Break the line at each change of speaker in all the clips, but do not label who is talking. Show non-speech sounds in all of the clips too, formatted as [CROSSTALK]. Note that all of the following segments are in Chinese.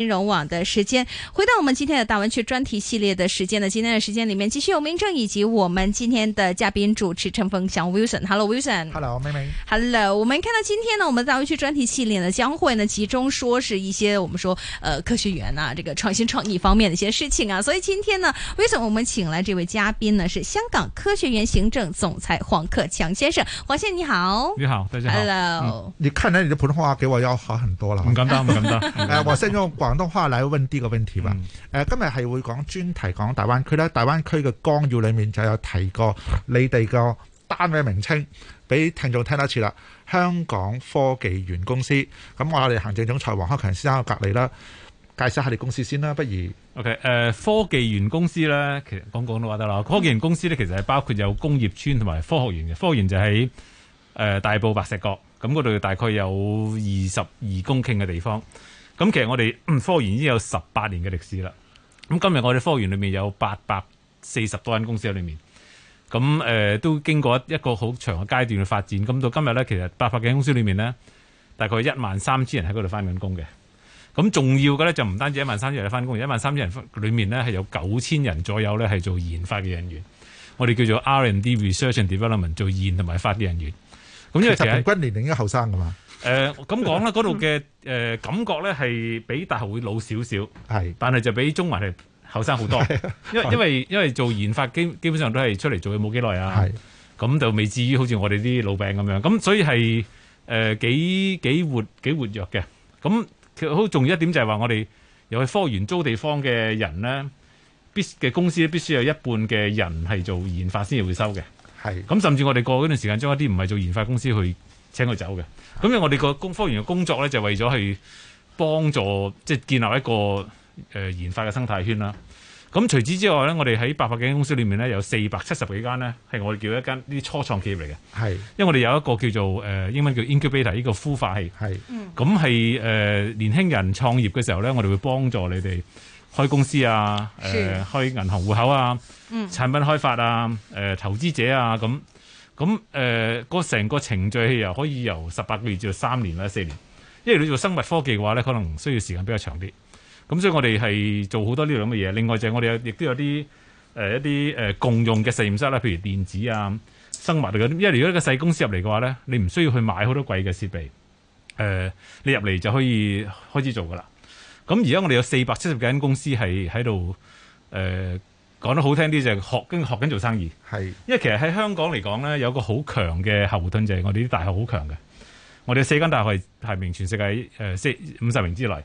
金融网的时间，回到我们今天的大湾区专题系列的时间呢，今天的时间里面，继续有明正以及我们今天的嘉宾主持陈凤祥 Wilson。Hello Wilson。
Hello，妹妹。
Hello，我们看到今天呢，我们大湾区专题系列呢，将会呢集中说是一些我们说呃科学园啊，这个创新创意方面的一些事情啊。所以今天呢，Wilson 我们请来这位嘉宾呢是香港科学园行政总裁黄克强先生，黄先生你好。
你好，大家好。
哎 Hello。
你看来你的普通话比我要好很多啦。
唔敢當，唔敢當。
誒、哎我先用廣東話嚟問呢個問題吧。誒、
嗯
今日係會講專題講大灣區啦。大灣區嘅綱要裡面就有提過你哋個單位名稱，俾聽眾聽多次啦。香港科技園公司，咁我哋行政總裁黃克強先生嘅隔離啦，介紹下你公司先啦，不如
OK，誒、科技園公司咧，其實講廣東話得啦。科技園公司咧，其實係包括有工業村同埋科學園嘅。科學園就喺誒、呃大埔白石角，咁嗰度大概有二十二公頃嘅地方。咁其實我哋、嗯科學園已經有十八年嘅歷史啦。咁今日我哋科學園裏面有八百四十多間公司喺裏面。咁誒、呃都經過一一個好長嘅階段嘅發展，咁到今日咧，其實八百幾間公司裏面咧，大概一萬三千人喺嗰度翻緊工嘅。咁重要嘅咧就唔單止一萬三千人翻工，一萬三千人裏面咧係有九千人左右咧係做研發嘅人員，我哋叫做 R&D research and development 做研同埋發嘅人員。咁因
其
為其
實
實
平均年齡應該後生噶嘛，
誒咁講啦，嗰度嘅誒感覺咧係比大學會老少少，
[LAUGHS] 係
但係就比中環係後生好多，因為因為因為做研發基基本上都係出嚟做嘢冇幾耐啊
係，。
咁就未至於好似我哋啲老餅咁樣，咁所以係誒、呃、幾幾活幾活躍嘅。咁其實好重要一點就係話我哋有去科研租地方嘅人咧，必嘅公司必須有一半嘅人係做研發先至會收嘅。
係
咁甚至我哋過嗰段時間將一啲唔係做研發公司去請佢走嘅。咁因為我哋個工科研嘅工作咧，就為咗去幫助即係建立一個誒、呃研發嘅生態圈啦。咁除此之外咧，我哋喺八百幾間公司裏面咧，有四百七十幾間咧係我哋叫一間呢啲初創企業嚟嘅，
係
因為我哋有一個叫做誒、呃英文叫 incubator 呢個孵化器。
係
咁係誒呃年輕人創業嘅時候咧，我哋會幫助你哋開公司啊，誒、
是
開銀行戶口啊，
嗯
產品開發啊，誒、投資者啊，咁咁誒個成個程序係由可以由十八個月至到三年或者四年，因為你做生物科技嘅話咧，可能需要時間比較長啲。咁所以我哋係做好多呢兩嘅嘢。另外就係我哋有亦都有啲誒、呃一啲誒、共用嘅實驗室啦，譬如電子啊、生物啊嗰啲。因為如果一個細公司入嚟嘅話咧，你唔需要去買好多貴嘅設備。誒、呃你入嚟就可以開始做噶啦。咁而家我哋有四百七十間公司係喺度誒講得好聽啲就係學跟學緊做生意，
係
因為其實喺香港嚟講咧，有個好強嘅後盾就係我哋啲大學好強嘅，我哋有四間大學係排名全世界誒四五十名之內。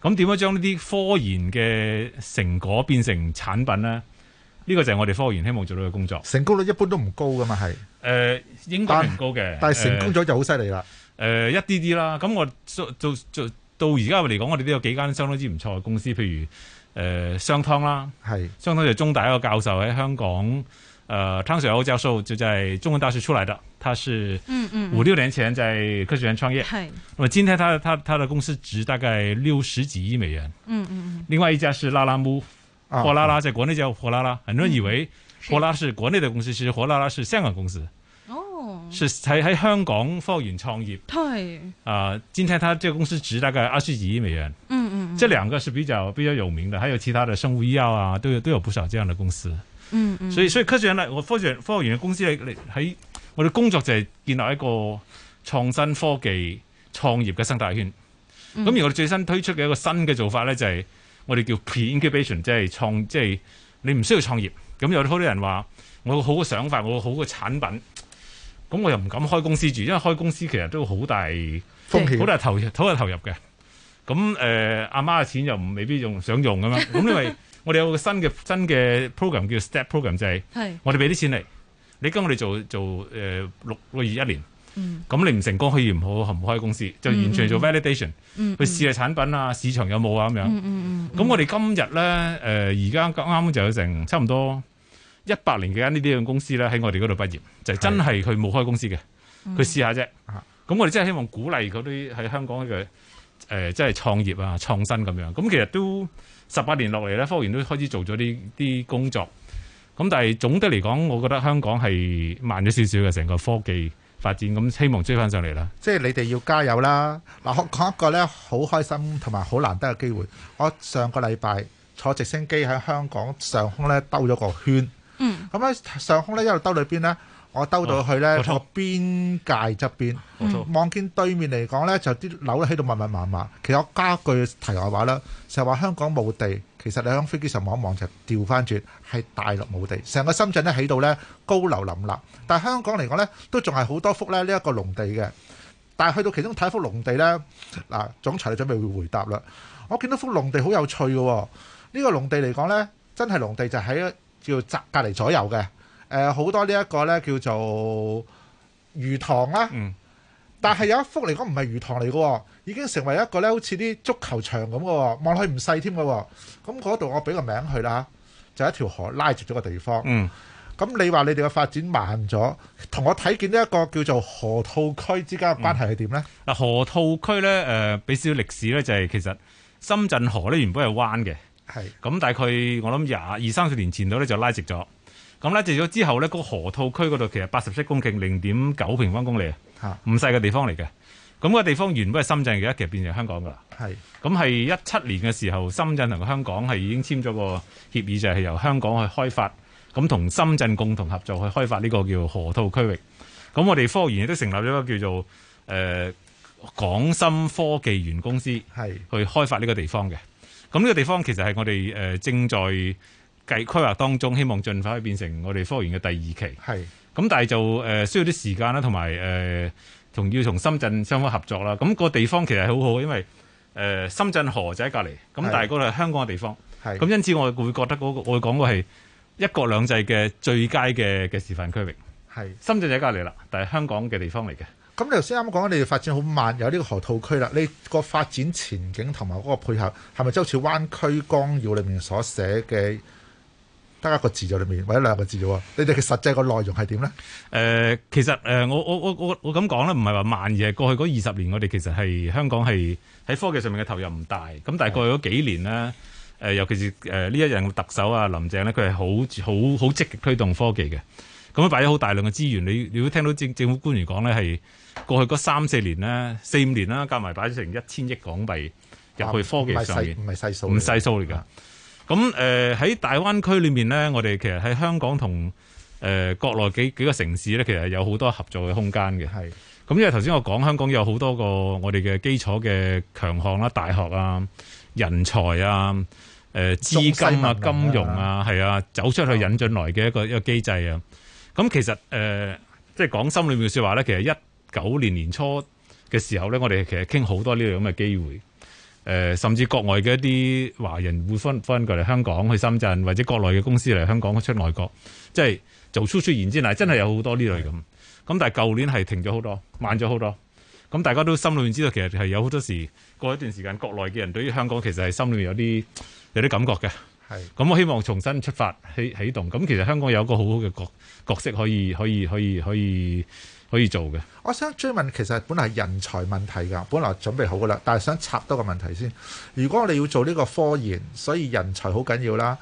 咁點樣將呢啲科研嘅成果變成產品咧？呢、呢個就係我哋科研希望做到嘅工作。誒、呃
成功率一般都唔高噶嘛，係，
應該係唔高嘅，
但係成
誒
功咗就好犀利啦，
誒、呃一啲啲啦。咁我做做做到而家嚟講，我哋都有幾間相當之唔錯嘅公司，譬如誒、呃、商湯啦，
係
商湯就中大一個教授喺香港誒、呃，湯 Sir 有個教授就在中文大學出來的，他是
嗯嗯。
五六年前在科學園創業。
嗨。
那麼今天他他他的公司值大概六十幾億美元。
嗯嗯嗯。
另外一家是拉拉木，
啊
貨拉拉，在國內叫貨拉拉，很多人以為
是
貨拉是國內的公司，其實貨拉拉是香港公司，
哦，
是喺喺香港科學園創業。
对，
啊、今天它这个公司值大概二十几亿美元，
嗯嗯
这两个是比较比较有名的，还有其他的生物医药啊，都有都有不少这样的公司。
嗯嗯，
所以所以科學園咧，我科學園科學園嘅公司咧，喺我哋工作就係建立一個創新科技創業嘅生態圈。咁、
嗯
而我哋最新推出嘅一個新嘅做法咧，就係、我哋叫 pre-incubation，即係創即係你唔需要創業。咁有好多人話我有好嘅想法，我有好嘅產品，咁我又唔敢開公司住，因為開公司其實都好大。
風
好
險
大投入，好大投入嘅。咁誒，阿媽嘅錢又唔未必用想
[LAUGHS]
用咁樣。咁因為我哋有個新嘅新嘅 program 叫 Step Program，就係
系，
我哋俾啲錢你，你跟我哋做做誒六個月一年。
嗯
咁你唔成功可以唔好唔好開公司，就完全做 validation
嗯，
去試下產品啊，市場有冇啊咁樣。
嗯嗯
咁我哋今日咧，誒而家啱啱就有成差唔多一百年幾間呢啲咁嘅公司咧，喺我哋嗰度畢業，就真係佢冇開公司嘅，佢試下啫。
啊
咁我哋真係希望鼓勵嗰啲喺香港嘅誒，即係創業啊、創新咁樣。咁其實都十八年落嚟咧，科研都開始做咗啲啲工作。咁但係總的嚟講，我覺得香港係慢咗少少嘅成個科技發展，咁希望追翻上嚟啦。
即係你哋要加油啦！嗱，我講一個咧好開心同埋好難得嘅機會。我上個禮拜坐直升機喺香港上空咧兜咗個圈，
嗯，
咁喺上空咧一路兜裏邊咧，我兜到去咧
哦我
個
錯
邊界側邊，望見對面嚟講咧就啲樓咧喺度密密麻麻。其實我加句題外話啦，就係話香港冇地，其實你喺飛機上望一望就調翻轉，係大陸冇地。成個深圳咧喺度咧高樓林立，但係香港嚟講咧都仲係好多幅咧呢一個農地嘅。但係去到其中睇一幅農地呢，嗱總裁你準備會回答啦。我見到幅農地好有趣嘅喎、呢、個農地嚟講呢，真係農地就喺叫隔隔離左右嘅。誒、好多呢一個呢叫做魚塘啦、
嗯
但係有一幅嚟講唔係魚塘嚟嘅喎，已經成為一個呢好似啲足球場咁嘅喎，望落去唔細添嘅喎。咁嗰度我俾個名佢啦，就一條河拉直咗個地方。
嗯，
咁你話你哋嘅發展慢咗，同我睇見呢一個叫做河套區之間嘅關係係點呢？
嗱河套區咧，誒、俾少少歷史咧，就係、其實深圳河咧原嗯本係彎嘅，
係
咁大概我諗廿二三十年前度咧就拉直咗，咁拉直咗之後咧，嗰、個河套區嗰度其實八十七公頃，零點九平方公里，啊
嚇
唔細嘅地方嚟嘅。咁、個地方原本係深圳嘅，而家其實變成香港噶啦。
係
咁係一七年嘅時候，深圳同香港係已經簽咗個協議，就係、由香港去開發，咁同深圳共同合作去開發呢個叫河套區域。咁我哋科研亦都成立咗一個叫做誒、呃、港深科技園公司。
係
去開發呢個地方嘅。咁呢個地方其實係我哋誒、呃正在計規劃當中，希望盡快去變成我哋科研嘅第二期。
係
咁但係就誒、呃需要啲時間啦，同埋誒同要同深圳雙方合作啦。咁、個地方其實係好好，因為誒、呃深圳河就喺隔離，咁但係嗰度係香港嘅地方，
係
咁因此我會覺得嗰、個我會講過係一國兩制嘅最佳嘅嘅示範區域。
係。
深圳就喺隔離啦，但係香港嘅地方嚟嘅。
咁你頭先啱啱講，你哋發展好慢，有呢個河套區啦。你個發展前景同埋嗰個配合，係咪即係好似灣區綱要裏面所寫嘅得一個字就裏面，或者兩個字啫喎？你哋嘅實際個內容係點呢？
誒、呃其實誒、我我我我我咁講啦，唔係話慢，而係過去嗰二十年，我哋其實係香港係喺科技上面嘅投入唔大。咁但係過去嗰幾年呢，誒、尤其是誒呢一任特首啊林鄭呢，佢係好好好積極推動科技嘅。咁樣擺咗好大量嘅資源，你你會聽到政政府官員講呢，係過去嗰三四年呢，四五年啦，夾埋擺咗成一千億港幣入去科技上面
啊唔係細，唔係細數嚟
唔
嘅，
細數嚟㗎。咁誒喺大灣區裏面呢，我哋其實喺香港同誒、呃、國內幾幾個城市呢，其實有好多合作嘅空間嘅。
係
咁因為頭先我講香港有好多個我哋嘅基礎嘅強項啦，大學啊、人才啊、誒、
中
資金啊、
西文明啊
金融啊，係啊，走出去引進來嘅一個一個機制啊。咁其實誒、呃即係講心裏面嘅説話咧，其實一九年年初嘅時候咧，我哋其實傾好多呢類咁嘅機會。誒、甚至國外嘅一啲華人會分分過嚟香港、去深圳，或者國內嘅公司嚟香港出外國，即係做出出現之嚟，真係有好多呢類咁。咁但係舊年係停咗好多，慢咗好多。咁大家都心裏面知道，其實係有好多時過一段時間，國內嘅人對於香港其實係心裏面有啲有啲感覺嘅。
係
咁我希望重新出發起起動。咁其實香港有一個好好嘅角角色可以可以可以可以可以做嘅。
我想追問，其實本來係人才問題㗎，本來準備好㗎啦，但係想插多個問題先。如果我哋要做呢個科研，所以人才好緊要啦。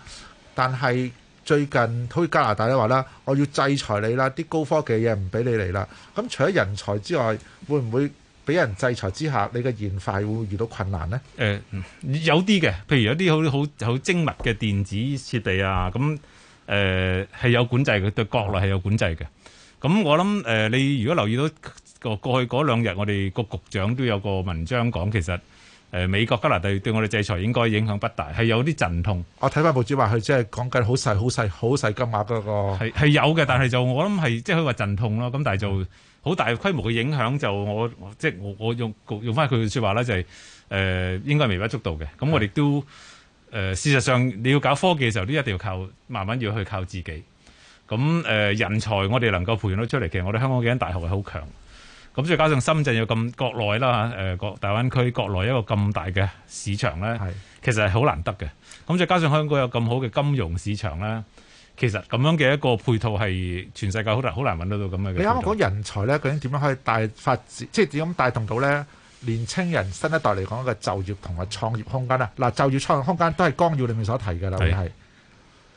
但係最近好似加拿大都話啦，我要制裁你啦，啲高科技嘢唔俾你嚟啦。咁除咗人才之外，會唔會俾人制裁之下，你嘅研發會唔會遇到困難呢？
誒、呃嗯有啲嘅，譬如有啲好好好精密嘅電子設備啊，咁誒係有管制嘅，對國內係有管制嘅。咁我諗誒、呃你如果留意到個過去嗰兩日，我哋個局長都有個文章講，其實誒、呃美國加拿大對我哋制裁應該影響不大，係有啲陣痛，
我睇翻報紙話佢即係講緊好細、好細、好細金額嗰個
係係有嘅，但係就我諗係即係佢話陣痛咯，咁但係就好大規模嘅影響就我我即係我我用用翻佢嘅説話啦，就係、呃、應該係微不足道嘅。咁我哋都誒、呃事實上你要搞科技嘅時候，都一定要靠慢慢要去靠自己。咁誒、呃人才我哋能夠培養到出嚟，其實我哋香港幾間大學係好強。咁再加上深圳有咁國內啦嚇，誒國大灣區國內一個咁大嘅市場咧，
係
其實係好難得嘅。咁再加上香港有咁好嘅金融市場咧，其實咁樣嘅一個配套係全世界好難好難揾得到咁嘅
你
配
啱啱
套。
講人才咧，究竟點樣可以帶發展，即係點樣帶動到咧年青人新一代嚟講嘅就業同埋創業空間啊？嗱，就業創業空間都係綱要裏面所提嘅啦，會係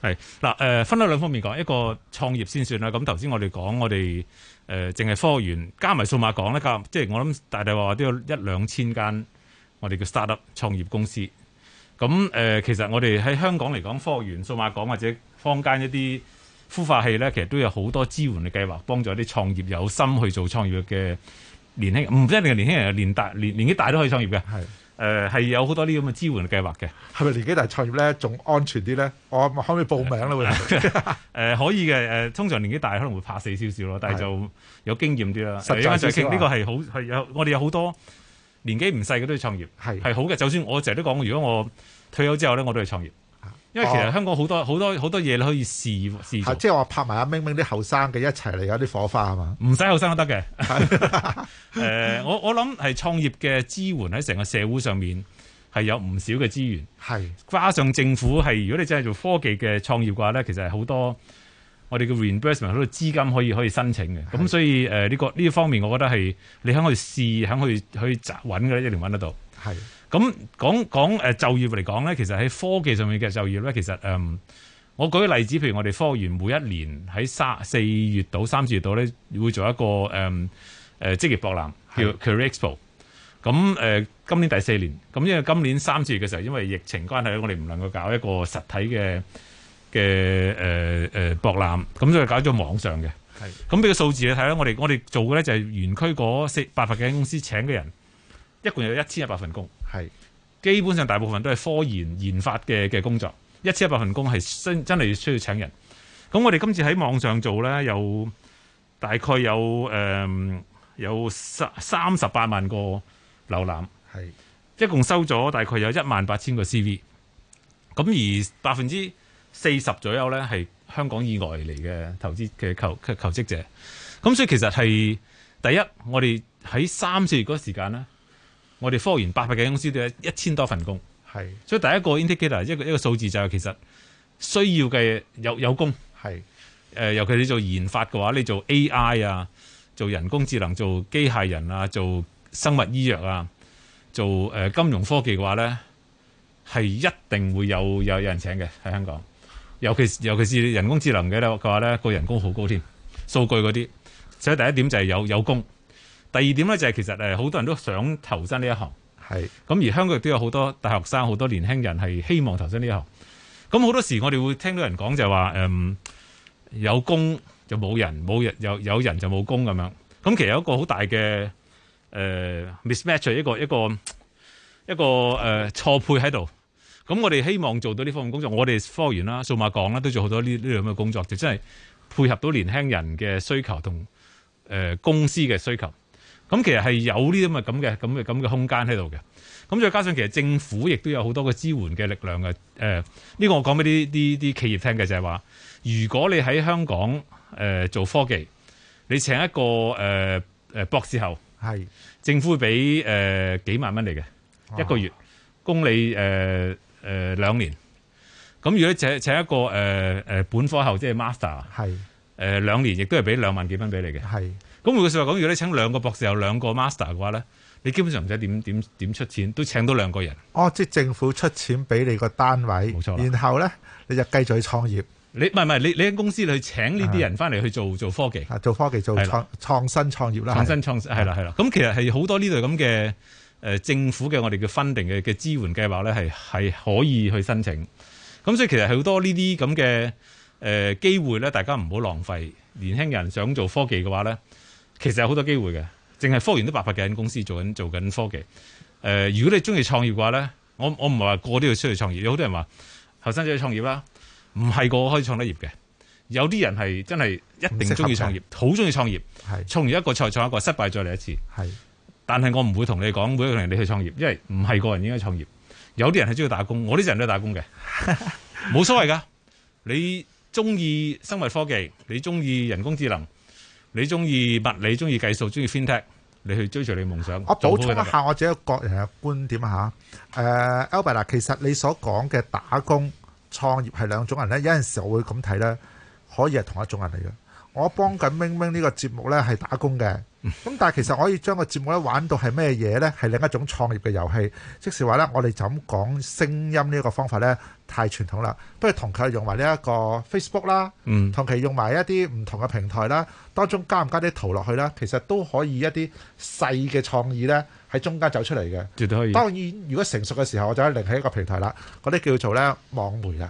係嗱，誒、呃分開兩方面講，一個創業先算啦。咁頭先我哋講，我哋誒淨係科園加埋數碼港咧，加即係我諗大大話話都有一兩千間我哋叫 startup 創業公司。咁誒、呃其實我哋喺香港嚟講，科園、數碼港或者坊間一啲孵化器咧，其實都有好多支援嘅計劃，幫助一啲創業有心去做創業嘅年輕，唔一定係年輕人，年大年年紀大都可以創業嘅。誒、呃
係
係有好多呢啲咁嘅支援計劃嘅。
係咪年紀大創業咧仲安全啲咧？我可唔可以報名咧？會
誒、可以嘅，誒、通常年紀大可能會怕死少少咯，但係就有經驗啲啦。
實際
誒一
少少
陣再
啊
傾呢個係好係有，我哋有好多年紀唔細嘅都要創業，
係
係好嘅。就算我成日都講，如果我退休之後咧，我都係創業，
啊
因為其實香港好多好多好多嘢你可以試試
係
做，
啊即係我拍埋阿明明啲後生嘅一齊嚟有啲火花啊嘛！
唔使後生都得嘅。 [LAUGHS] 誒、我我諗係創業嘅支援喺成個社會上面係有唔少嘅資源。
係
加上政府係，如果你真係做科技嘅創業嘅話咧，其實係好多我哋嘅 reimbursement 好多資金可以可以申請嘅。
係
咁所以誒呢、個呢方面，我覺得係你肯去試，肯去去找揾嘅咧，一定揾得到。
係
咁講講誒就業嚟講咧，其實喺科技上面嘅就業咧，其實誒、嗯我舉個例子，譬如我哋科研每一年喺三四月到三四月度咧，會做一個誒誒、嗯呃、職業博覽，叫
係
Career Expo。咁誒、呃今年第四年，咁因為今年三四月嘅時候，因為疫情關係咧，我哋唔能夠搞一個實體嘅嘅誒誒博覽，咁所以搞咗網上嘅。
係
咁俾個數字你睇啦，我哋我哋做嘅咧就係園區嗰四八百幾間公司請嘅人，一共有一千一百份工。
係
基本上大部分都係科研研發嘅嘅工作，一千一百份工係真真係需要請人。咁我哋今次喺網上做呢，有大概有誒、嗯有三三十八萬個瀏覽，
係
一共收咗大概有一萬八千個 CV。咁而百分之四十左右呢，係香港以外嚟嘅投資嘅求嘅求職者。咁所以其實係第一，我哋喺三四月嗰時間呢，我哋科研八百幾間公司都有一千多份工。
係
所以第一個 indicator 一個一個數字就係其實需要嘅有有工，誒、呃
係
尤其你做研發嘅話，你做 AI 啊，做人工智能、做機械人啊、做生物醫藥啊、做誒、呃金融科技嘅話咧，係一定會有有有人請嘅喺香港，尤其是尤其是人工智能嘅咧嘅話咧，個人工好高添，數據嗰啲。所以第一點就係有有工，第二點咧就係其實誒好多人都想投身呢一行。
係
咁而香港亦都有好多大學生、好多年輕人係希望投身呢一行。咁好多時我哋會聽到人講就係話，嗯，有工就冇人，冇人有有人就冇工咁樣。咁其實有一個好大嘅誒、呃 mismatch，一個一個一個誒、呃、錯配喺度。咁我哋希望做到呢方面工作，我哋科研啦、數碼港啦，都做好多呢呢類咁嘅工作，就真係配合到年輕人嘅需求同誒、呃公司嘅需求。咁其實係有呢啲咁嘅咁嘅咁嘅咁嘅空間喺度嘅。咁再加上其實政府亦都有好多嘅支援嘅力量嘅。誒、呃呢、個我講俾啲啲啲企業聽嘅就係話，如果你喺香港誒、呃做科技，你請一個誒誒、呃呃博士後，
係
政府會俾誒、呃、幾萬蚊你嘅。
啊
一個月，供你誒誒兩年。咁如果請請一個誒誒、呃呃本科後，即係 master 誒、
哦係
呃、兩年，亦都係俾兩萬幾蚊俾你嘅。
係
咁換句説話講，如果你請兩個博士後、兩個 master 嘅話咧，你基本上唔使點點點出錢，都請到兩個人。
哦，即係政府出錢俾你個單位，
冇錯啦
然後咧你就繼續去創業
你唔係唔係，你你喺公司你去請呢啲人翻嚟去做做科技。
啊，做科技做
係
創
啦
創新創業啦，
創
係
新創新係啦係啦，咁其實係好多呢類咁嘅誒政府嘅我哋嘅 funding 嘅嘅支援計劃咧，係係可以去申請。咁所以其實係好多呢啲咁嘅誒機會咧，大家唔好浪費。年輕人想做科技嘅話咧，其實有好多機會嘅，淨係科研都八百幾間公司做緊做緊科技。誒、如果你中意創業嘅話咧，我我唔係話個個都要出去創業，有好多人話後生仔去創業啦，唔係個個可以創得業嘅。有啲人係真係一定中意創業，好中意創業。
係
創完一個再創一個，失敗再嚟一次。
係
嗯但係我唔會同你講每一個人你去創業，因為唔係個人應該創業。有啲人係中意打工，我呢啲人都係打工嘅，冇所謂噶。你中意生物科技，你中意人工智能，你中意物理，中意計數，中意 FinTech，你去追隨你夢想。
我
做
啊
好
補
佢
充
得
一
㗎，
下我自己個個人嘅觀點嚇。誒、Albert 啊其實你所講嘅打工創業係兩種人咧，有陣時我會咁睇咧，可以係同一種人嚟嘅。我幫緊 Ming Ming 呢個節目咧係打工嘅，咁但係其實可以將個節目咧玩到係咩嘢呢？係另一種創業嘅遊戲，即是話呢，我哋就咁講聲音呢一個方法呢，太傳統啦。不如同佢用埋呢一個 Facebook 啦，
嗯，
同期用埋一啲唔同嘅平台啦，當中加唔加啲圖落去啦，其實都可以一啲細嘅創意呢，喺中間走出嚟嘅。
絕對可以。
當然，如果成熟嘅時候，我就可以另起一個平台啦。嗰啲叫做咧網媒啦，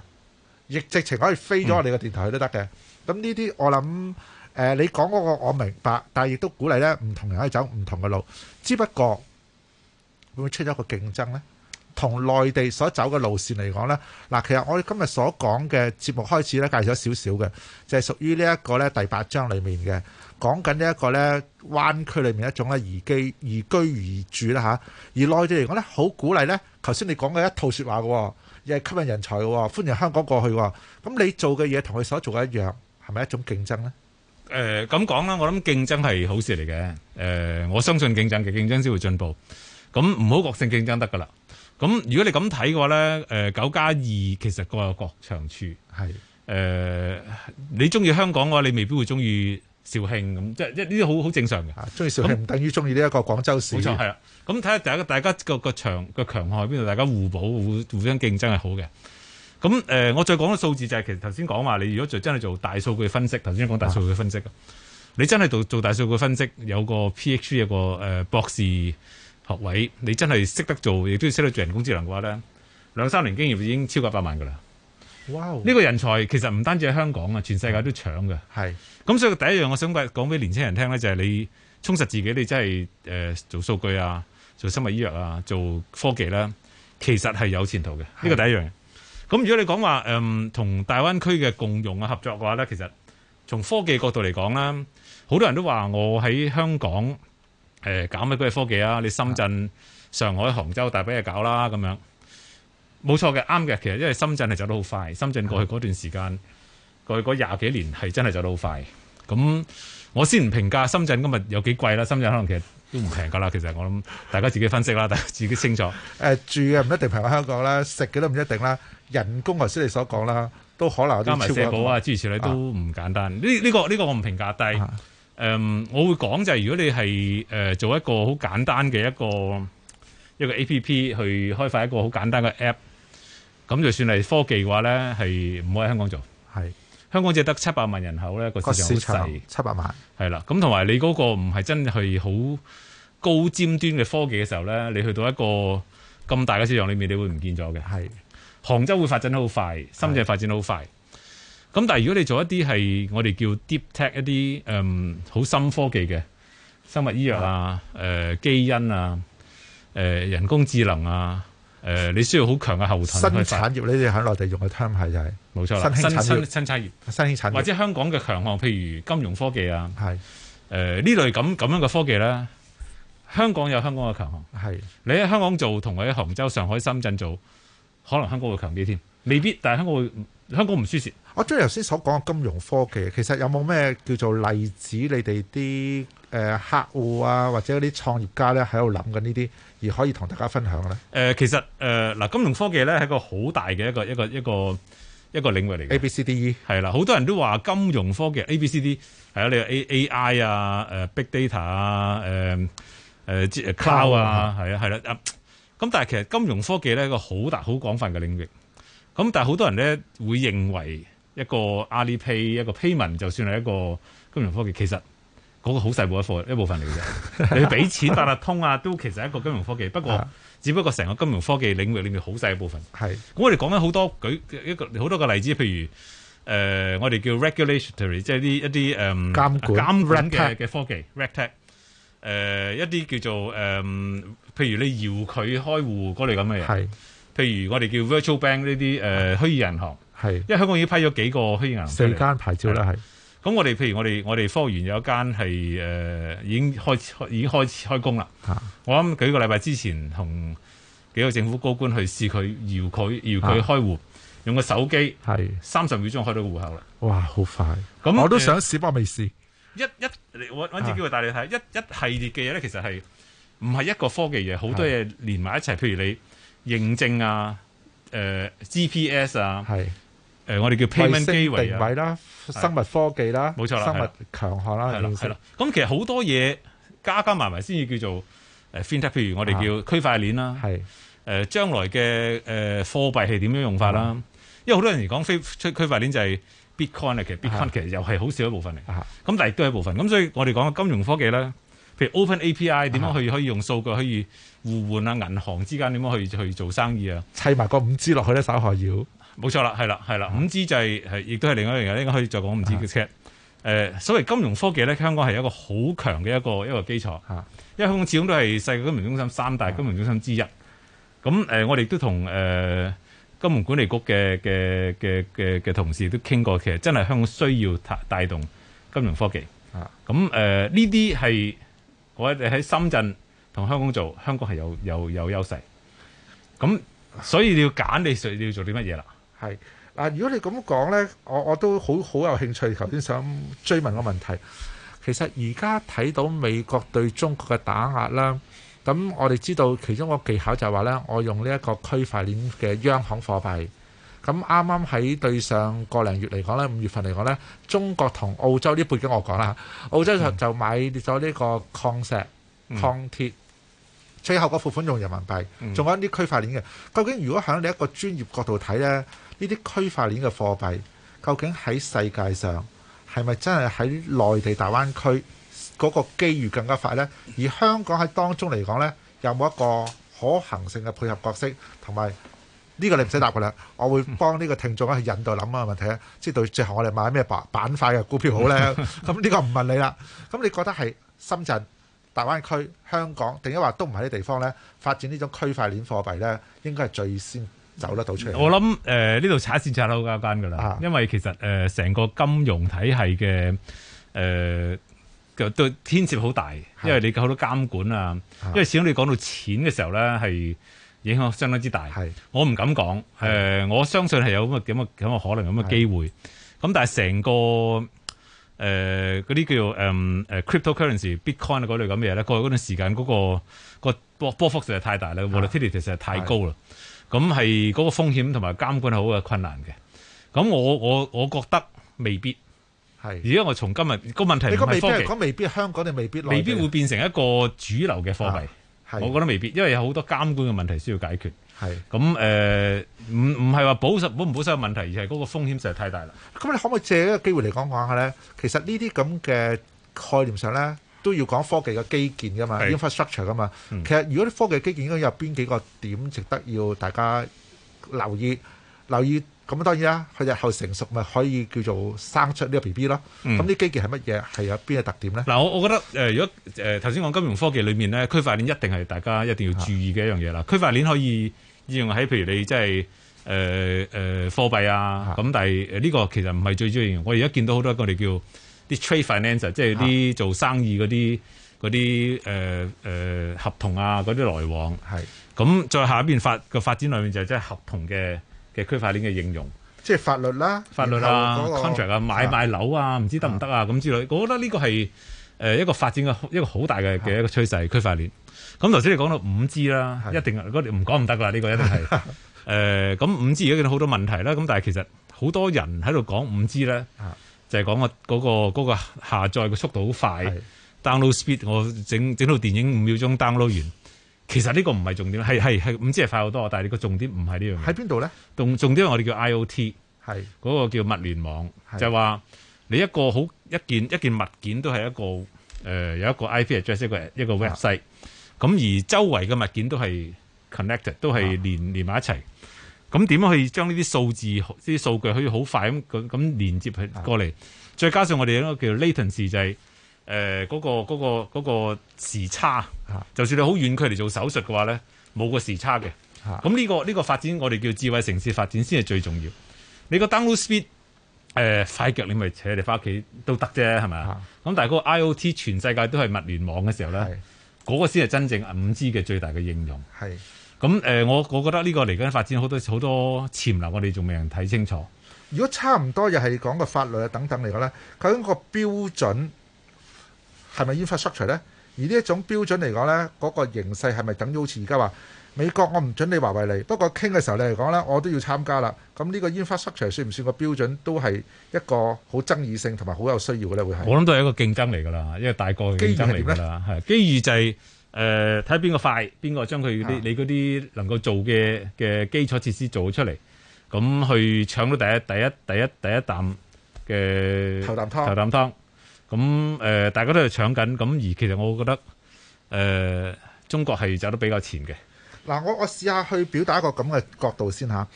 亦直情可以飛咗我哋嘅電台去都得嘅。咁呢啲我諗誒、呃你講嗰個我明白，但係亦都鼓勵咧唔同人可以走唔同嘅路。只不過會唔會出咗一個競爭呢？同內地所走嘅路線嚟講呢，嗱，其實我哋今日所講嘅節目開始咧，介紹咗少少嘅，就係屬於呢一個咧第八章裡面嘅，講緊呢一個咧灣區裏面一種咧宜居宜居宜住啦嚇。而內地嚟講咧，好鼓勵咧，頭先你講嘅一套説話嘅喎，亦係吸引人才嘅喎，歡迎香港過去喎。咁你做嘅嘢同佢所做嘅一樣，係咪一種競爭呢？
誒呃咁講啦，我諗競爭係好事嚟嘅。誒、我相信競爭嘅競爭先會進步。咁唔好惡性競爭得㗎啦。咁如果你咁睇嘅話咧，誒、九加二其實各有各長處。誒、
係
你中意香港嘅話，你未必會中意肇慶咁，即係即係呢啲好好正常嘅。
啊，中意肇慶唔等於中意呢一個廣州市。
冇錯，係啦。咁睇下大家大家個個強個強項喺邊度，大家互補互互相競爭係好嘅。咁誒、呃我再講個數字就係、其實頭先講話，你如果做真係做大數據分析，頭先講大數據分析嘅，啊你真係做做大數據分析，有個 PhD 有個誒、呃博士學位，你真係識得做，亦都要識得做人工智能嘅話咧，兩三年經驗已經超過百萬㗎啦。呢、
哇哦！
個人才其實唔單止喺香港啊，全世界都搶嘅。
係
咁所以第一樣我想講俾年青人聽咧，就係、你充實自己，你真係誒、呃做數據啊，做生物醫藥啊，做科技啦、其實係有前途嘅。呢個第一樣嘢。咁如果你講話誒同大灣區嘅共用啊合作嘅話咧，其實從科技角度嚟講啦，好多人都話我喺香港誒、呃搞乜鬼科技啊？你深圳、上海、杭州、大把嘢搞啦咁樣。冇錯嘅，啱嘅。其實因為深圳係走得好快，深圳過去嗰段時間，過去嗰廿幾年係真係走得好快。咁我先唔評價深圳今日有幾貴啦，深圳可能其實都唔平㗎啦。其實我諗大家自己分析啦， [LAUGHS] 大家自己清楚。
誒呃住嘅唔一定平過香港啦，食嘅都唔一定啦，人工頭先你所講啦，都可能有
加埋
啲
社
超
保
過
啊，諸如此類都唔簡單。呢呢、個呢、個我唔評價，但係誒、嗯
啊
我會講就係如果你係誒、呃做一個好簡單嘅一個一個 A P P 去開發一個好簡單嘅 App，咁就算係科技嘅話咧，係唔可以喺香港做。
係
香港只係得七百萬人口咧，個
個
市
市
場好
場
細，
七百萬，
係啦。咁同埋你嗰個唔係真係好高尖端嘅科技嘅時候咧，你去到一個咁大嘅市場裏面，你會唔見咗嘅。
係
杭州會發展得好快，深圳發展得好快。咁但係如果你做一啲係我哋叫 deep tech 一啲誒好深科技嘅生物醫藥啊、誒、基因啊、誒、人工智能啊、誒、你需要好強嘅後
新
盾去發
產業呢啲喺內地用嘅 term 係就係
冇錯啦，
新興
新
產業
新新產業
新興產
或
業，
者香港嘅強項，譬如金融科技啊、
係
誒、呃呢類咁咁樣嘅科技咧，香港有香港嘅強項。
係
你喺香港做，同我喺杭州、上海、深圳做，可能香港會強啲添，未必，但係香港會香港唔輸蝕。
我中意頭先所講嘅金融科技，其實有冇咩叫做例子？你哋啲誒客戶啊，或者嗰啲創業家咧喺度諗緊呢啲，而可以同大家分享咧
誒、呃其實誒嗱、金融科技咧係一個好大嘅一個一個一個一個領域嚟
？A、
嘅，
B、C、D、E E，
係啊啦，好多人都話金融科技 A、B、C、D 係啊，你有 A A I 啊，誒、Big Data 啊，誒、誒即係 Cloud 啊，係啊係啦，啊咁但係其實金融科技咧一個好大好廣泛嘅領域，咁但係好多人咧會認為一個 Alipay 一個 payment 就算係一個金融科技，其實嗰個好細部一課一部分嚟嘅 [LAUGHS] 啫，你俾錢八達通啊都其實係一個金融科技，不過
啊
只不過成個金融科技領域裏面好細嘅部分。
係
咁我哋講緊好多舉一個好多個例子，譬如誒、呃我哋叫 regulatory，即係啲一啲誒、嗯
監管
監管
Red
嘅嘅科技 r e t e c 誒一啲叫做誒、嗯譬如你搖佢開戶嗰類咁嘅嘢，
係
譬如我哋叫 virtual bank 呢啲誒呃虛擬銀行，
係
因為香港已經批咗幾個虛擬銀行出
四
嚟，
間牌照啦，係
咁我哋譬如我哋我哋科園有一間係誒已經開始已經開始開工啦。
嚇
我諗幾個禮拜之前同幾個政府高官去試佢搖佢搖佢
啊
開戶，用個手機
係
三十秒鐘開到個戶口啦。
哇，好快！
咁啊
我都想試，不過未試。
一一嚟揾揾次機會帶你睇一一系列嘅嘢咧，其實係唔係一個科技嘢，好多嘢連埋一齊。譬如你認證啊、誒、GPS 啊、誒、
係
我哋叫
衛
payment 機
星
位啊
定。位啦，生物科技啦，
冇錯啦
生物強項啦，
係啦，
認識
係啦。咁其實好多嘢加加埋埋先至叫做誒 FinTech，譬如我哋叫區塊鏈啦，
係
誒將來嘅誒貨幣係點樣用法啦。因為好多人而講非區區塊鏈就係 Bitcoin 啊，其實 Bitcoin 其實又係好少一部分嚟，
啊
咁但係亦都係一部分。咁所以我哋講嘅金融科技咧，譬如 Open API 點樣去可以用數據可以互換啊，銀行之間點樣去去做生意啊。
砌埋個五 G 落去咧，稍後要
冇錯啦，係啦，係啦，五 G 就係係亦都係另外一樣嘢，應該可以再講
啊
五 G 嘅 chat。誒，所謂金融科技咧，香港係一個好強嘅一個一個基礎
啊，
因為香港始終都係世界金融中心三大金融中心之一。咁誒，我哋都同誒金融管理局嘅嘅嘅嘅嘅同事都傾過，其實真係香港需要帶帶動金融科技。
啊
咁誒呢啲係我哋喺深圳同香港做，香港係有有有優勢。咁所以你要揀你想你要做啲乜嘢啦？
係嗱。如果你咁講咧，我我都好好有興趣。頭先想追問個問題，其實而家睇到美國對中國嘅打壓啦，咁我哋知道其中一個技巧就係話咧，我用呢一個區塊鏈嘅央行貨幣。咁啱啱喺對上個零月嚟講咧，五月份嚟講咧，中國同澳洲啲背景我講啦，澳洲就就買咗呢個礦石、
嗯
礦鐵，最後個付款用人民幣，
嗯
仲有啲區塊鏈嘅。究竟如果喺你一個專業角度睇咧，呢啲區塊鏈嘅貨幣究竟喺世界上係咪真係喺內地大灣區嗰個機遇更加快呢？而香港喺當中嚟講呢，有冇一個可行性嘅配合角色，同埋呢個你唔使答噶啦，我
嗯
會幫呢個聽眾去引導諗啊問題咧，即係到最後我哋買
[LAUGHS]
咩板板塊嘅股票好呢？ [LAUGHS] 咁呢個唔問你啦。咁你覺得係深圳、大灣區、香港，定抑或都唔係啲地方呢？發展呢種區塊鏈貨幣呢，應該係最先走得到出嚟。
我諗呃誒呢度踩線踩得好交關㗎啦
啊，
因為其實誒成、個金融體系嘅誒嘅都牽涉好大，
啊
因為你好多監管啊，因為始終你講到錢嘅時候咧係影響相當之大。
係
我唔敢講，誒、我相信係有咁嘅咁嘅咁嘅可能有咁嘅機會。咁但係成個誒嗰啲叫做誒誒 cryptocurrency、bitcoin 啊嗰類咁嘅嘢咧，過去嗰段時間嗰、個個波波幅實在太大啦，volatility 實在太高啦。咁係嗰個風險同埋監管係好嘅困難嘅。咁我我我覺得未必。
係
而。家我從今日個問題
你
唔
講未必
係科
係
技，
講未必香港定未必內地啊
未必會變成一個主流嘅貨幣。
係
我覺得未必，因為有好多監管嘅問題需要解決。
係。
咁誒，呃唔唔係話保守保唔保守嘅問題，而係嗰個風險實在太大啦。
咁你可唔可以借一個機會嚟講講下咧？其實呢啲咁嘅概念上咧，都要講科技嘅基建噶嘛
係
，infrastructure 噶嘛。
嗯
其實如果啲科技基建應該有邊幾個點值得要大家留意？留意咁當然啦，佢日後成熟咪可以叫做生出呢個 B B 咯。
嗯
咁啲基建係乜嘢？係有邊嘅特點咧？
嗱，我我覺得誒、呃如果誒頭先講金融科技裏面咧，區塊鏈一定係大家一定要注意嘅一樣嘢啦。區塊鏈可以應用喺譬如你即係誒誒貨幣啊，咁但係呃呢個其實唔係最主要應用。我而家見到好多我哋叫啲 trade finance，即係啊啲做生意嗰啲嗰啲誒誒合同啊，嗰啲來往。
係
咁再下邊發個發展裏面就係即係合同嘅嘅區塊鏈嘅應用。
即係法律啦，
法律啊、
然後嗰個
contract 啊、買賣樓啊，唔知得唔得啊咁之類。我覺得呢個係呃誒一個發展嘅一個好大嘅嘅一個趨勢，區塊鏈。咁頭先你講到五 G 啦，
啊係
一定啊嗰啲唔講唔得㗎啦，呢個一
[LAUGHS]
定係誒。咁五 G 而家見到好多問題啦，咁但係其實好多人喺度講五 G 咧
啊，
就係講個嗰個嗰個下載嘅速度好快
係
，download speed 我整整套電影五秒鐘 download 完。其實呢個唔係重點，係係係五 G 係快好多，但係你個重點唔係呢樣嘢
喺，邊度咧？
重重點係我哋叫 IOT。
係
嗰個叫物聯網，
係
就係話你一個好一件一件物件都係一個誒、呃有一個 IP address 一個一個 website，咁而周圍嘅物件都係 connected，都係連連埋一齊。咁點樣去將呢啲數字、啲數據可以好快咁咁咁連接去過嚟？再加上我哋有一個叫 latency 就係誒嗰個嗰、個嗰、個時差
啊，
就算你好遠距離做手術嘅話咧，冇個時差嘅。
啊
咁呢、個呢、個發展，我哋叫智慧城市發展先係最重要。你個 download speed 誒、快腳，你咪扯你翻屋企都得啫，係咪啊
啊
咁但係嗰個 IOT 全世界都係物聯網嘅時候咧
係，
嗰個先係真正五 G 嘅最大嘅應用。
係
咁誒、呃我我覺得呢個嚟緊發展好多好多潛流，我哋仲未人睇清楚。
如果差唔多又係講個法律啊等等嚟講咧，究竟個標準係咪 infrastructure 咧？而呢一種標準嚟講咧，嗰、個形勢係咪等於好似而家話美國我唔準你華為嚟，不過傾嘅時候你嚟講呢，我都要參加啦。咁呢個 infrastructure 算唔算個標準，都係一個好爭議性同埋好有需要嘅呢。會係
我諗都係一個競爭嚟㗎啦，一個大個嘅競爭嚟㗎啦。係機遇就係誒睇邊個快，邊個將佢嗰
啊
啲你嗰啲能夠做嘅嘅基礎設施做出嚟，咁去搶到第一第一第一第一啖嘅
頭啖
頭
湯。
啖湯。咁誒、呃大家都係搶緊。咁而其實我覺得誒、呃中國係走得比較前嘅。
嗱，我我試下去表達一個咁嘅角度先吓。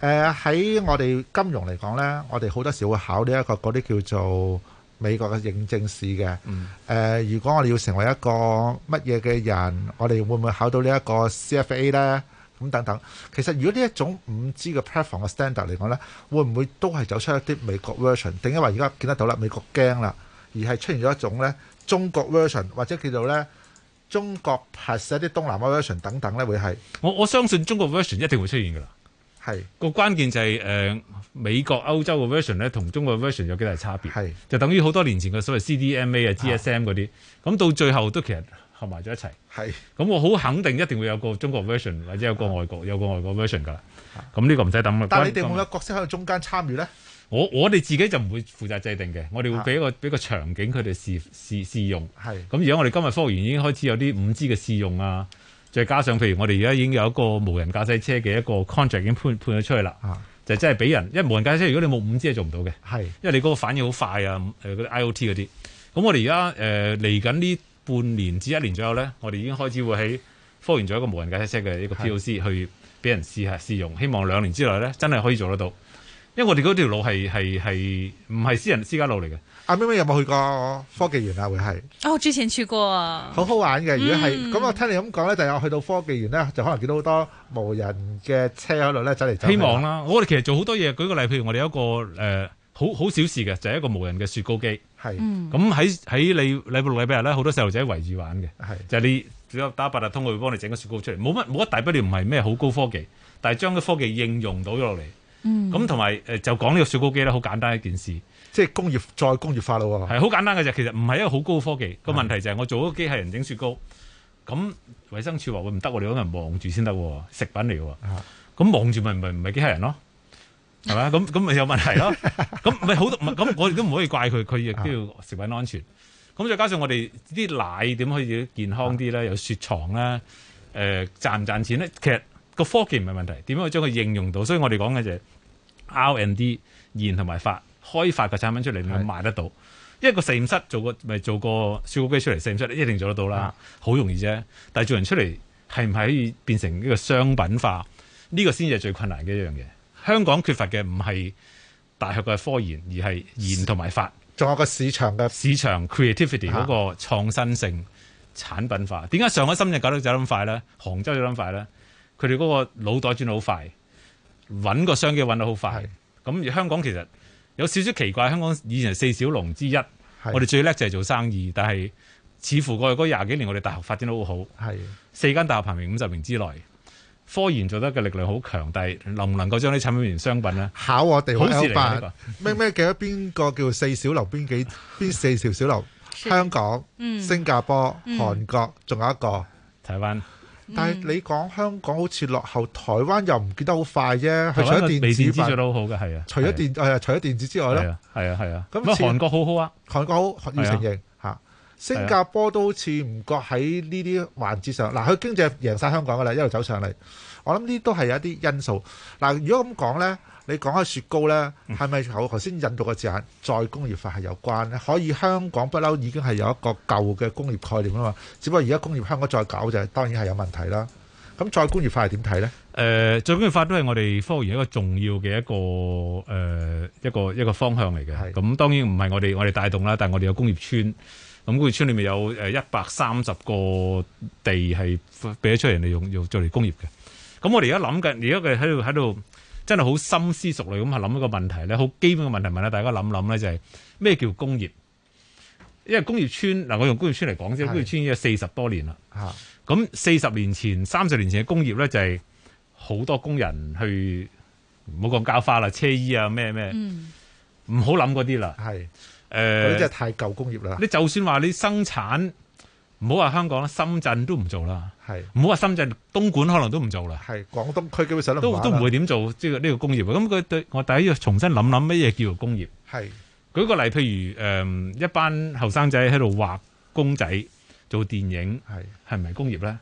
誒、喺我哋金融嚟講呢，我哋好多時會考呢、一個嗰啲叫做美國嘅認證試嘅。
嗯
誒、如果我哋要成為一個乜嘢嘅人，我哋會唔會考到呢一個 CFA 呢？咁等等，其實如果呢一種五 G 嘅 platform 嘅 standard 嚟講呢，會唔會都係走出一啲美國 version？定因為而家見得到啦，美國驚啦，而係出現咗一種呢中國 version 或者叫做呢中國 plus 一啲東南亞 version 等等呢，會係
我我相信中國 version 一定會出現㗎啦。
係
個關鍵就係、呃美國、歐洲嘅 version 咧，同中國嘅 version 有幾大差別？
係
就等於好多年前嘅所謂 CDMA 啊、GSM 嗰啲，咁到最後都其實合埋咗一齊。
係
咁我好肯定一定會有個中國 version 或者有個外國有個外國 version 㗎啦。咁呢個唔使等啦。
啊但係你哋會
關
唔會有角色喺度中間參與呢？
我我哋自己就唔會負責制定嘅，我哋會
啊
俾一個俾個場景佢哋試試試用。
係
咁而家我哋今日科研已經開始有啲五 G 嘅試用啊，再加上譬如我哋而家已經有一個無人駕駛車嘅一個 contract 已經判判咗出去啦，
啊，
就真係俾人，因為無人駕駛車如果你冇五 G 係做唔到嘅。
係
因為你嗰個反應好快啊，誒嗰啲 IOT 嗰啲。咁我哋而家誒嚟緊呢半年至一年左右咧，我哋已經開始會喺科研做一個無人駕駛車嘅一個
係
POC 去俾人試下試用，希望兩年之內咧真係可以做得到。因為我哋嗰條路係係係唔係私人私家路嚟嘅，
阿咪咪有冇去過科技園啊？會係？
哦，之前去過，
好好玩嘅，如果係
嗯
咁，我聽你咁講咧，就係我去到科技園咧，就可能見到好多無人嘅車喺度咧走嚟走去。
希望啦。我哋其實做好多嘢，舉個例，譬如我哋有一個誒、呃好好小事嘅，就係、一個無人嘅雪糕機。
係
嗯，
咁喺喺你禮拜六禮拜日咧，好多細路仔圍住玩嘅。
係
就係你只有打八達通，佢會幫你整個雪糕出嚟，冇乜冇乜大不了，唔係咩好高科技，但係將啲科技應用到咗落嚟。
嗯
咁同埋誒，就講呢個雪糕機咧，好簡單一件事，
即係工業再工業化咯喎。
係好簡單嘅啫。其實唔係一個好高科技，個問題就係我做咗個機械人整雪糕，咁衞生署話會唔得喎，我哋可能望住先得喎，食品嚟嘅喎
啊，
咁望住咪唔係唔係機械人咯，係
[LAUGHS]
咪？咁咁咪有問題咯，咁咪好多唔係咁我哋都唔可以怪佢，佢亦都
啊
要食品安全。咁再加上我哋啲奶點可以健康啲
啊
咧？有雪藏啦，誒、賺唔賺錢咧？其實個科技唔係問題，點樣去將佢應用到？所以我哋講嘅就係 R&D 研同埋發開發個產品出嚟，你咪
係
賣得到。因為個實驗室做個咪做個雪糕機出嚟，實驗室一定做得到啦，好容易啫。但係做人出嚟係唔係可以變成呢個商品化？呢、個先至係最困難嘅一樣嘢。香港缺乏嘅唔係大學嘅科研，而係研同埋發。
仲有個市場嘅
市場 creativity
嚇
嗰個創新性產品化，點解上海、深圳搞得走得咁快咧？杭州走得咁快咧？佢哋嗰個腦袋轉得好快，揾個商機揾得好快
係。
咁而香港其實有少少奇怪，香港以前係四小龍之一，
係
我哋最叻就係做生意，但係似乎過去嗰廿幾年，我哋大學發展得好好，
係
四間大學排名五十名之內，科研做得嘅力量好強，但係能唔能夠將啲產品變成商品咧？
考我哋
好
喎
事嚟
L
㗎呢
八咩咩記得邊個叫四小龍？邊幾邊四條小龍？香港、
嗯
新加坡、
嗯
韓國，仲有一個。
台灣
但係
嗯
你講香港好似落後，台灣又唔見得好快啫。佢
台
除
灣
咗
個微電
電
子
子
做
品，
得好好嘅，係啊，
除咗
係啊
電誒，除咗電子之外咧
係。啊，係啊，係啊。
咁
咁啊，
似
韓國好好啊，
韓國好要承認
啊
嚇，新加坡都好似唔覺喺呢啲環節上，嗱佢經濟贏晒香港噶啦，一路走上嚟，我諗呢都係有一啲因素。嗱，如果咁講呢，你講開雪糕呢，
嗯
係咪頭頭先引導嘅字眼再工業化係有關呢？可以香港不嬲已經係有一個舊嘅工業概念啊嘛，只不過而家工業香港再搞就係當然係有問題啦。咁再工業化係點睇呢？
誒、呃最工業化都係我哋科研一個重要嘅一個誒、呃一個一個方向嚟嘅。
係
咁當然唔係我哋我哋帶動啦，但係我哋有工業村。咁工業村裏面有誒一百三十個地係俾咗出嚟人哋用用做嚟工業嘅。咁我哋而家諗緊，而家佢喺度喺度真係好深思熟慮咁係諗一個問題咧，好基本嘅問題問下大家諗諗咧，就係、咩叫工業？因為工業村嗱，我用工業村嚟講先，
係
工業村已經有四十多年啦。
嚇
咁四十年前、三十年前嘅工業咧，就係好多工人去唔好講膠花啦、車衣啊、咩咩，
嗯
唔好諗嗰啲啦。呃
係
誒、
嗰啲真係太舊工業啦，
你就算話你生產唔好話香港啦，深圳都唔做啦，
係
唔好話深圳，東莞可能都唔做啦。
係廣東區基本上都
都
唔
都唔
會
會點做即係呢個工業啊嘅。咁佢對我第一要重新諗諗乜嘢叫做工業。
係
舉個例，譬如誒、嗯一班後生仔喺度畫公仔做電影，
係
係咪工業咧？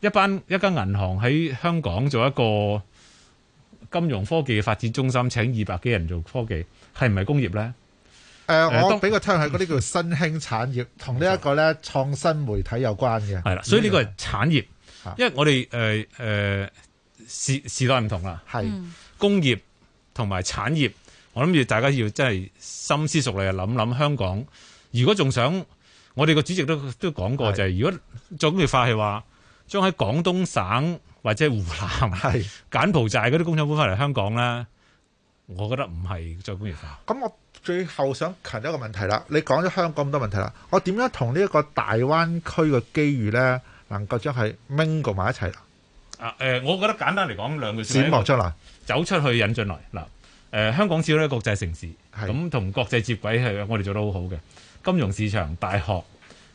一班一間銀行喺香港做一個金融科技嘅發展中心，請二百幾人做科技，係唔係工業咧？
誒，我
當
俾個聽係嗰啲叫新興產業，同呢一個咧創新媒體有關嘅。
嗯係啦，所以呢個係產業
嚇，
因為我哋誒誒時時代唔同啦。
嗯
係
工業同埋產業，我諗住大家要真係深思熟慮啊諗諗香港。如果仲想，我哋個主席都都講過
係
就係、如果做工業化係話，將喺廣東省或者湖南、
係。
柬埔寨嗰啲工廠搬翻嚟香港咧，我覺得唔係再工業化。
咁我最後想強調一個問題啦，你講咗香港咁多問題啦，我點樣同呢一個大灣區嘅機遇咧，能夠將佢 mingle 埋一齊啦，
啊誒、我覺得簡單嚟講兩句
展望
先，
將來
走出去引進來嗱。誒、香港始終係一個國際城市，
係
咁同國際接軌係我哋做得好好嘅。金融市場、大學，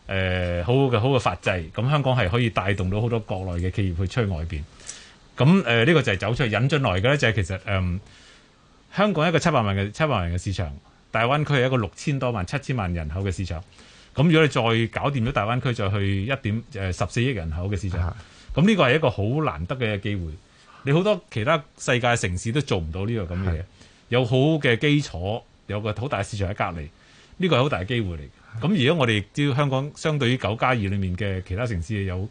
誒、好好嘅好嘅法制，咁香港係可以帶動到好多國內嘅企業去出去外邊。咁誒呢個就係走出去引進來嘅咧，就係、其實誒、嗯香港一個七百萬嘅七百萬人嘅市場，大灣區係一個六千多萬、七千萬人口嘅市場。咁如果你再搞掂咗大灣區，再去一點誒十四億人口嘅市場
啊，
咁呢個係一個好難得嘅機會。你好多其他世界城市都做唔到呢個咁嘅嘢
係，
有好嘅基礎，有個好大市場喺隔離，呢個係好大嘅機會嚟嘅。咁而家我哋亦都香港相對於九加二裏面嘅其他城市有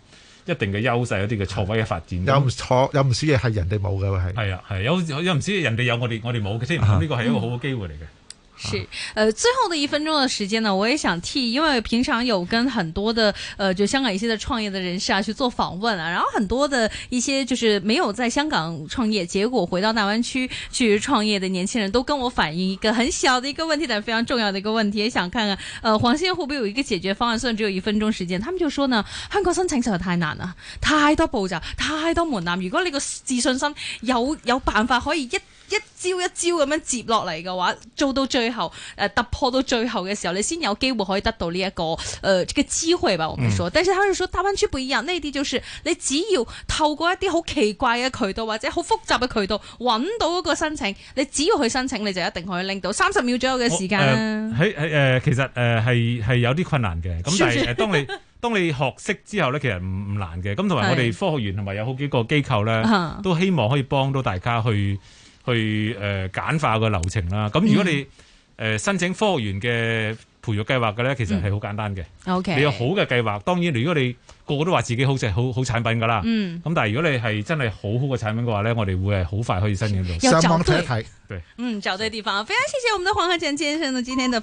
一定嘅優勢，有啲嘅錯位嘅發展。
有唔錯，有唔少嘢係人哋冇嘅喎，係
係啊，係有有唔知人哋有我哋我哋冇嘅先，咁呢個係一個好嘅機會嚟嘅。
是，呃，最后的一分钟的时间呢，我也想替，因为平常有跟很多的呃，就香港一些的创业的人士啊去做访问啊，然后很多的一些就是没有在香港创业，结果回到大湾区去创业的年轻人都跟我反映一个很小的一个问题，但是非常重要的一个问题，也想看看呃，黄先生会不会有一个解决方案？虽然只有一分钟时间，他们就说呢，香港申请實在太難啦，太多步驟，太多門檻。如果你個自信心有有辦法可以一一招一招咁樣接落嚟嘅話，做到最後，誒、呃突破到最後嘅時候，你先有機會可以得到呢、一個誒、呃、這個機會吧。我們說，但是他是說大灣區不一樣，內地就是你只要透過一啲好奇怪嘅渠道或者好複雜嘅渠道揾到嗰個申請，你只要去申請，你就一定可以拎到三十秒左右嘅時間啦。
我呃誒喺喺誒，其實誒係係有啲困難嘅。咁但
是唔 [LAUGHS]
係誒，呃當你當你學識之後咧，其實唔唔難嘅。咁同埋我哋
係
科學園同埋有好幾個機
[LAUGHS]
構
啊
咧，都希望可以幫到大家去去誒、呃、簡化個流程啦。咁如果
嗯
你誒、呃申請科學園嘅培育計劃嘅咧，其實係好簡單嘅。
嗯 OK，
你有好嘅計劃，當然如果你個個都話自己好似好好產品㗎啦，咁、
嗯。
但係如果你係真係好好嘅產品嘅話咧，我哋會係好快可以申請到。
有
上
找
網
對
睇一睇。
嗯，找对地方。非常谢谢我们的黄鹤健先生呢今天的。